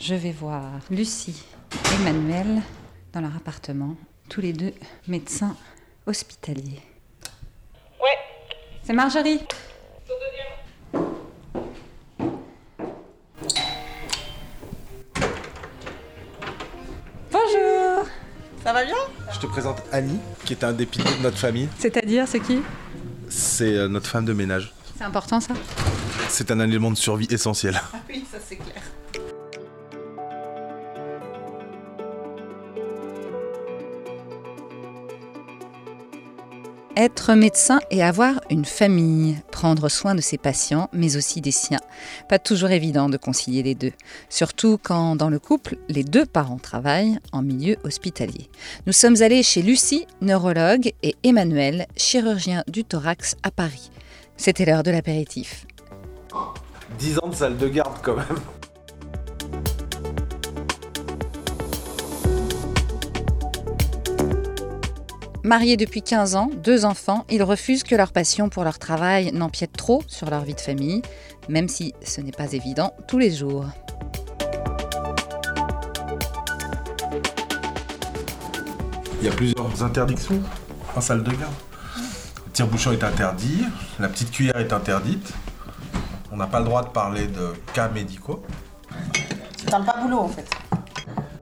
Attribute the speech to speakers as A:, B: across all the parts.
A: je vais voir Lucie et Manuel dans leur appartement, tous les deux médecins hospitaliers.
B: Ouais,
A: C'est Marjorie
B: ton deuxième.
A: Bonjour
B: Ça va bien
C: Je te présente Annie, qui est un des piliers de notre famille.
A: C'est-à-dire, c'est qui
C: C'est euh, notre femme de ménage.
A: C'est important ça
C: C'est un élément de survie essentiel.
B: Ah oui, ça c'est clair.
A: Être médecin et avoir une famille, prendre soin de ses patients, mais aussi des siens. Pas toujours évident de concilier les deux, surtout quand dans le couple, les deux parents travaillent en milieu hospitalier. Nous sommes allés chez Lucie, neurologue, et Emmanuel, chirurgien du thorax à Paris. C'était l'heure de l'apéritif.
C: 10 ans de salle de garde quand même.
A: Mariés depuis 15 ans, deux enfants, ils refusent que leur passion pour leur travail n'empiète trop sur leur vie de famille, même si ce n'est pas évident tous les jours.
C: Il y a plusieurs interdictions en salle de garde. Le tire-bouchon est interdit, la petite cuillère est interdite. On n'a pas le droit de parler de cas médicaux.
B: C'est un pas boulot en fait.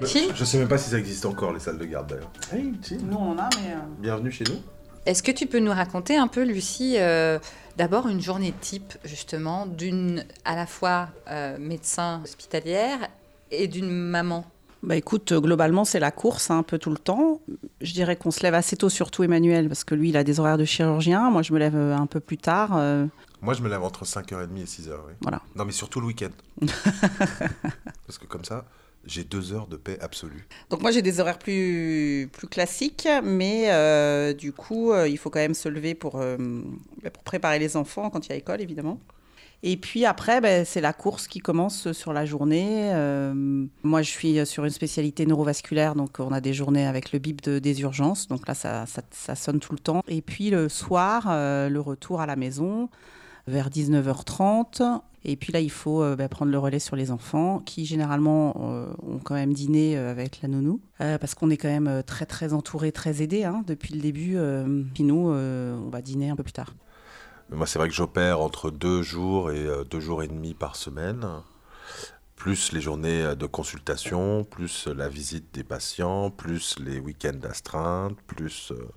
A: Si.
C: Je sais même pas si ça existe encore les salles de garde d'ailleurs. Hey, si.
B: Nous on en a, mais. euh,
C: Bienvenue chez nous.
A: Est-ce que tu peux nous raconter un peu, Lucie, euh, d'abord une journée type, justement, d'une à la fois euh, médecin hospitalière et d'une maman
D: Bah écoute, euh, globalement, c'est la course hein, un peu tout le temps. Je dirais qu'on se lève assez tôt, surtout Emmanuel, parce que lui, il a des horaires de chirurgien. Moi, je me lève euh, un peu plus tard. euh,
C: Moi je me lève entre 5h30 et 6h. Oui.
D: voilà.
C: Non mais surtout le week-end. Parce que comme ça, j'ai deux heures de paix absolue.
D: Donc moi, j'ai des horaires plus, plus classiques, mais euh, du coup, euh, il faut quand même se lever pour, euh, bah, pour préparer les enfants quand il y a école, évidemment. Et puis après, bah, c'est la course qui commence sur la journée. Euh, moi, je suis sur une spécialité neurovasculaire, donc on a des journées avec le bip de- des urgences. Donc là, ça, ça- ça sonne tout le temps. Et puis le soir, euh, le retour à la maison vers 19h30. Et puis là, il faut euh, bah, prendre le relais sur les enfants qui, généralement, euh, ont quand même dîné euh, avec la nounou. Euh, parce qu'on est quand même euh, très, très entouré, très aidé hein, depuis le début. euh, puis nous, euh, on va dîner un peu plus tard.
C: Mais Moi, c'est vrai que j'opère entre deux jours et euh, deux jours et demi par semaine, plus les journées euh, de consultation, plus euh, la visite des patients, plus les week-ends d'astreinte, plus euh,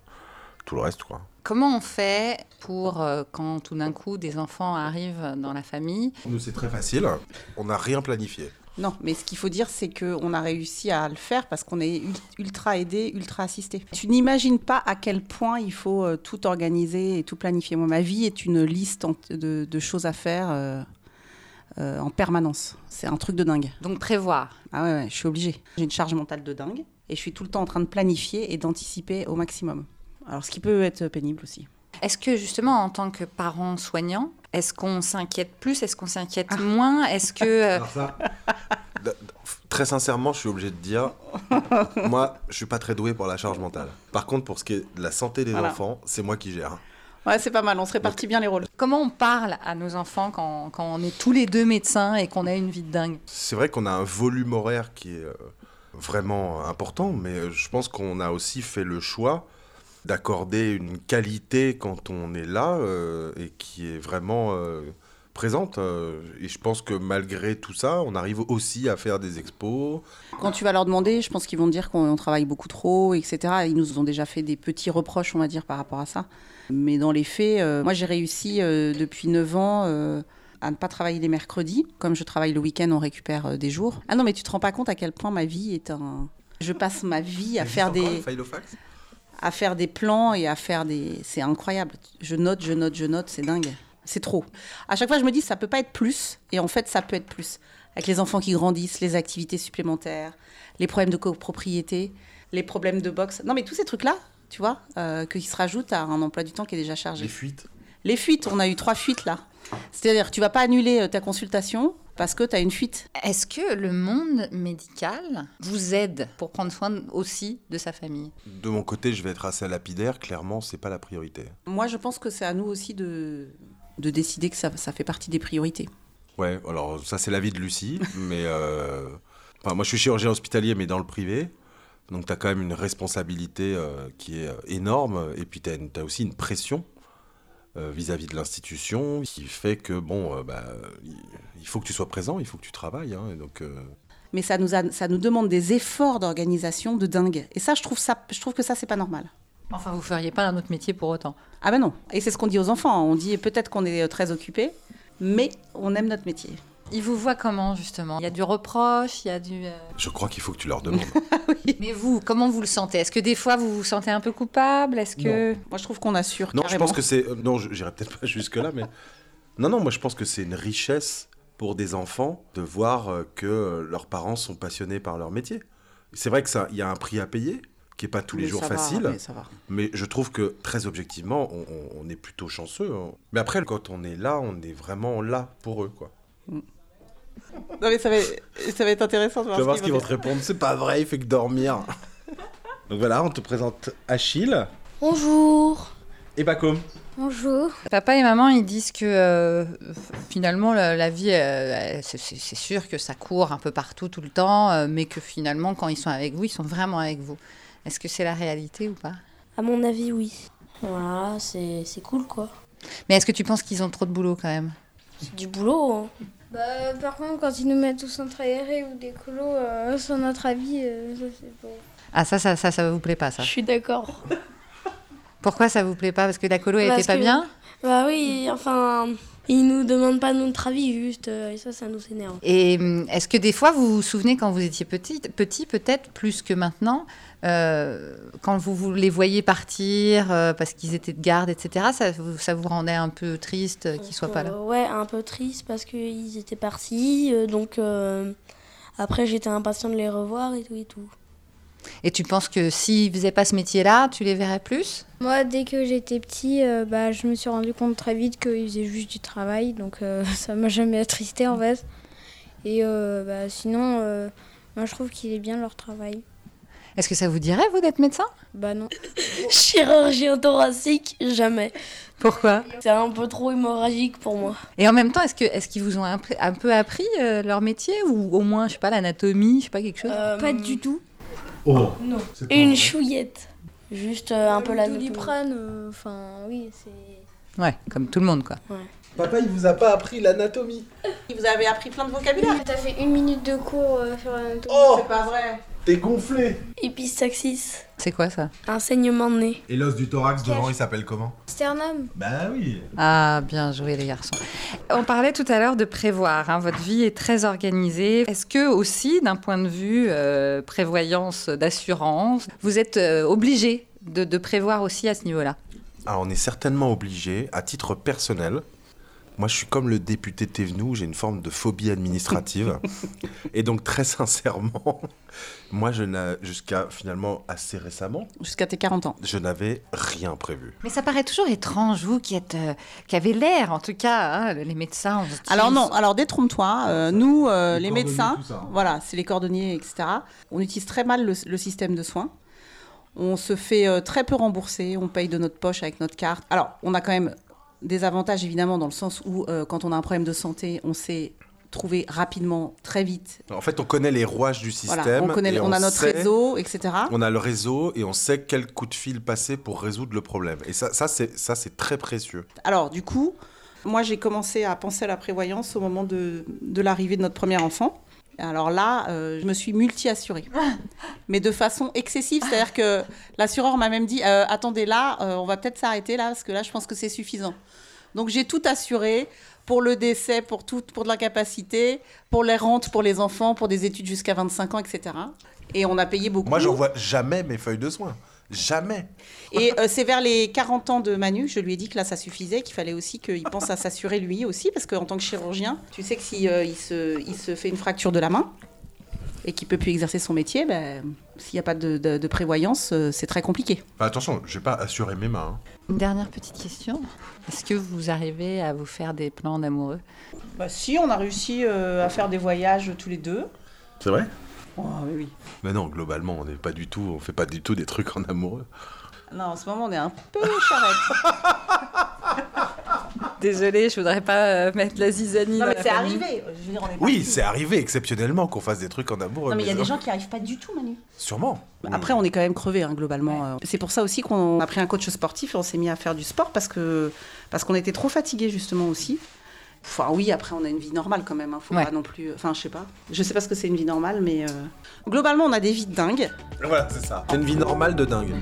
C: tout le reste, quoi.
A: Comment on fait pour, euh, quand tout d'un coup des enfants arrivent dans la famille,
C: Nous, c'est très facile. On n'a rien planifié.
D: Non, mais ce qu'il faut dire, c'est qu'on a réussi à le faire parce qu'on est ul- ultra aidé, ultra assisté. Tu n'imagines pas à quel point il faut euh, tout organiser et tout planifier. Moi, ma vie est une liste en- de, de choses à faire euh, euh, en permanence. C'est un truc de dingue.
A: donc prévoir
D: Ah ouais, ouais, je suis obligée. J'ai une charge mentale de dingue et je suis tout le temps en train de planifier et d'anticiper au maximum. Alors, ce qui peut être pénible aussi.
A: Est-ce que justement, en tant que parent soignant, est-ce qu'on s'inquiète plus Est-ce qu'on s'inquiète moins Est-ce que... euh,
C: Très sincèrement, je suis obligé de dire, moi, je suis pas très doué pour la charge mentale. Par contre, pour ce qui est de la santé des
D: Voilà.
C: enfants, c'est moi qui gère.
D: Ouais, c'est pas mal, on se répartit bien les rôles.
A: comment on parle à nos enfants quand, quand on est tous les deux médecins et qu'on a une vie de dingue
C: C'est vrai qu'on a un volume horaire qui est euh, vraiment important, mais euh, je pense qu'on a aussi fait le choix d'accorder une qualité quand on est là euh, et qui est vraiment euh, présente. euh, et je pense que malgré tout ça, on arrive aussi à faire des expos.
D: Quand tu vas leur demander, je pense qu'ils vont te dire qu'on on travaille beaucoup trop, etc. Ils nous ont déjà fait des petits reproches, on va dire, par rapport à ça. Mais dans les faits, euh, moi j'ai réussi euh, depuis 9 ans euh, à ne pas travailler les mercredis. Comme je travaille le week-end, on récupère euh, des jours. Ah non, mais tu te rends pas compte à quel point ma vie est un... Je passe ma vie à faire des... à faire des plans et à faire des. C'est incroyable. Je note, je note, je note, c'est dingue. C'est trop. À chaque fois, je me dis, ça peut pas être plus. Et en fait, ça peut être plus. Avec les enfants qui grandissent, les activités supplémentaires, les problèmes de copropriété, les problèmes de boxe. Non, mais tous ces trucs-là, tu vois, euh, qui se rajoutent à un emploi du temps qui est déjà chargé.
C: Les fuites.
D: Les fuites, on a eu trois fuites là. C'est-à-dire, tu vas pas annuler euh, ta consultation parce que tu as une fuite.
A: Est-ce que le monde médical vous aide pour prendre soin aussi de sa famille
C: De mon côté, je vais être assez lapidaire. Clairement, c'est pas la priorité.
D: Moi, je pense que c'est à nous aussi de, de décider que ça, ça fait partie des priorités.
C: Ouais, alors ça c'est l'avis de Lucie, mais euh, Enfin, moi, je suis chirurgien hospitalier, mais dans le privé. Donc, tu as quand même une responsabilité euh, qui est euh, énorme. Et puis, tu as, aussi une pression euh, vis-à-vis de l'institution qui fait que, bon, euh, bah, il- il faut que tu sois présent, il faut que tu travailles. hein. Et donc, euh,
D: Mais ça nous, a- ça nous demande des efforts d'organisation de dingue. Et ça, je trouve, ça, je trouve que ça, c'est pas normal.
A: Enfin, vous feriez pas un autre métier pour autant.
D: Ah ben non. Et c'est ce qu'on dit aux enfants. On dit peut-être qu'on est euh, très occupé, mais on aime notre métier.
A: Ils vous voient comment, justement Il y a du reproche, il y a du... euh,
C: je crois qu'il faut que tu leur demandes.
A: Mais vous, comment vous le sentez Est-ce que des fois, vous vous sentez un peu coupable Est-ce que...
D: Moi, je trouve qu'on assure
C: Non, je
D: carrément.
C: pense que c'est. euh, Non, je- j'irai peut-être pas jusque-là, mais. Non, non, moi je pense que c'est une richesse pour des enfants de voir euh, que euh, leurs parents sont passionnés par leur métier. C'est vrai que ça, il y a un prix à payer qui est pas tous les
D: Mais
C: jours
D: ça va,
C: facile,
D: mais ça va.
C: mais je trouve que très objectivement, on, on- on est plutôt chanceux. hein. Mais après, quand on est là, on est vraiment là pour eux, quoi.
B: Non, mais ça va, ça va être intéressant de
C: Tu
B: voir,
C: vas voir
B: ce
C: ce
B: qu'ils
C: qu'ils vont te répondre. C'est pas vrai, il fait que dormir. Donc voilà, on te présente Achille
E: Bonjour.
C: et Bacom.
E: Bonjour.
A: Papa et maman, ils disent que euh, finalement, la, la vie, euh, c'est- c'est c'est sûr que ça court un peu partout, tout le temps, euh, mais que finalement, quand ils sont avec vous, ils sont vraiment avec vous. Est-ce que c'est la réalité ou pas
E: À mon avis, oui. Voilà, c'est c'est cool quoi.
A: Mais est-ce que tu penses qu'ils ont trop de boulot quand même
E: C'est du boulot. hein.
F: Bah, par contre, quand ils nous mettent tous entre aérés ou des colos, euh, sur notre avis, euh, ça c'est pas.
A: Ah ça, ça, ça, ça vous plaît pas ça
G: Je suis d'accord.
A: Pourquoi ça vous plaît pas Parce que la colo, elle
E: Parce
A: était pas
E: que-
A: bien
E: Bah oui, enfin, ils nous demandent pas notre avis juste, euh, et ça, ça nous énerve.
A: Et hum, est-ce que des fois, vous vous souvenez quand vous étiez petite, petit peut-être plus que maintenant, euh, quand vous, vous les voyez partir euh, parce qu'ils étaient de garde, etc., ça, vous- ça vous rendait un peu triste euh, qu'ils soient pas là
E: Euh, ouais, un peu triste parce qu'ils étaient partis, euh, donc euh, après j'étais impatient de les revoir et tout et tout.
A: Et tu penses que s'ils faisaient pas ce métier-là, tu les verrais plus
F: Moi, dès que j'étais petit, euh, bah, je me suis rendu compte très vite qu'ils faisaient juste du travail, donc euh, ça m'a jamais attristé en fait. Et euh, bah, sinon, euh, moi je trouve qu'il est bien leur travail.
A: Est-ce que ça vous dirait, vous, d'être médecin
F: Bah non.
E: Chirurgien thoracique, jamais.
A: Pourquoi
E: C'est un peu trop hémorragique pour moi.
A: Et en même temps, est-ce que- est-ce qu'ils vous ont un, peu- un peu appris euh, leur métier Ou au moins, je sais pas, l'anatomie, je sais pas, quelque chose
E: Euh,
F: Pas du tout.
C: Oh,
E: Non.
C: c'est pas
E: Une
C: vrai.
E: chouillette. Juste euh, un peu la
F: Doliprane, euh, enfin oui, c'est.
A: Ouais, comme tout le monde, quoi.
H: Papa, il vous a pas appris l'anatomie.
B: Vous avez appris plein de vocabulaire
F: Ah, T'as fait une minute de cours euh, sur l'anatomie.
H: Oh,
B: C'est pas vrai.
H: t'es gonflé.
E: Épistaxis.
A: C'est quoi ça
E: Un saignement de nez.
C: Et l'os du thorax devant, il s'appelle comment
F: Sternum.
H: Bah oui.
A: Ah, bien joué les garçons. On parlait tout à l'heure de prévoir. hein. Votre vie est très organisée. Est-ce que aussi, d'un point de vue euh, prévoyance, d'assurance, vous êtes euh, obligé de, de prévoir aussi à ce niveau-là
C: Ah, on est certainement obligé, à titre personnel. Moi, je suis comme le député Thévenoud, j'ai une forme de phobie administrative. et donc, très sincèrement, moi, je n'a- jusqu'à finalement assez récemment,
D: Jusqu'à tes 40 ans.
C: je n'avais rien prévu.
A: Mais ça paraît toujours étrange, vous qui êtes, euh, qui avez l'air, en tout cas, hein, les médecins. on se dit-
D: Alors non, alors détrompe-toi. euh, nous, euh,
H: Les
D: les
H: cordonniers,
D: médecins,
H: tout ça, hein.
D: voilà, c'est les cordonniers, etc. On utilise très mal le, le système de soins. On se fait euh, très peu rembourser. On paye de notre poche avec notre carte. Alors, on a quand même des avantages évidemment dans le sens où euh, quand on a un problème de santé, on sait trouver rapidement, très vite.
C: En fait, on connaît les rouages du système.
D: Voilà, on connaît,
C: et
D: on, a notre
C: sait-
D: réseau, etc.
C: On a le réseau et on sait quel coup de fil passer pour résoudre le problème. Et ça, ça c'est ça, c'est très précieux.
D: Alors, du coup, moi, j'ai commencé à penser à la prévoyance au moment de, de l'arrivée de notre premier enfant. Alors là, euh, je me suis multi-assurée, mais de façon excessive. C'est-à-dire que l'assureur m'a même dit euh, Attendez, là, euh, on va peut-être s'arrêter là, parce que là, je pense que c'est suffisant. Donc, j'ai tout assuré pour le décès, pour tout, pour de l'incapacité, pour les rentes, pour les enfants, pour des études jusqu'à 25 ans, etc. Et on a payé beaucoup.
C: Moi, j'envoie jamais mes feuilles de soins. Jamais.
D: Et euh, c'est vers les 40 ans de Manu, je lui ai dit que là, ça suffisait, qu'il fallait aussi qu'il pense à s'assurer lui aussi, parce qu'en tant que chirurgien, tu sais que si euh, il, se, il se fait une fracture de la main et qu'il peut plus exercer son métier, ben, s'il n'y a pas de, de- de prévoyance, euh, c'est très compliqué.
C: Enfin, attention, je vais pas assurer mes mains. hein.
A: Une dernière petite question. Est-ce que vous arrivez à vous faire des plans d'amoureux
D: Bah, si, on a réussi euh, à faire des voyages tous les deux.
C: C'est vrai
D: oui, Oh, oui.
C: Mais non, globalement, on n'est pas du tout, on fait pas du tout des trucs en amoureux.
D: Non, en ce moment, on est un peu charrette.
A: Désolée, je voudrais pas euh, mettre la zizanie. dans
D: Non, mais
A: la
D: c'est
A: famille.
D: arrivé. Je veux dire, on est
C: Oui,
D: parti.
C: c'est arrivé exceptionnellement qu'on fasse des Mmh. trucs en amour.
D: Non, mais il y a
C: mais-
D: des gens qui arrivent pas du tout, Manu.
C: Sûrement.
D: Après, on est quand même crevé hein, globalement. Euh, C'est pour ça aussi qu'on a pris un coach sportif et on s'est mis à faire du sport parce que parce qu'on était trop fatigué justement aussi. Enfin oui, après on a une vie normale quand même. hein. Faut
A: Ouais.
D: pas non plus. Enfin je sais pas. Je sais pas ce que c'est une vie normale, mais euh, globalement on a des vies de dingues.
C: Voilà, c'est ça. Une vie normale de dingue.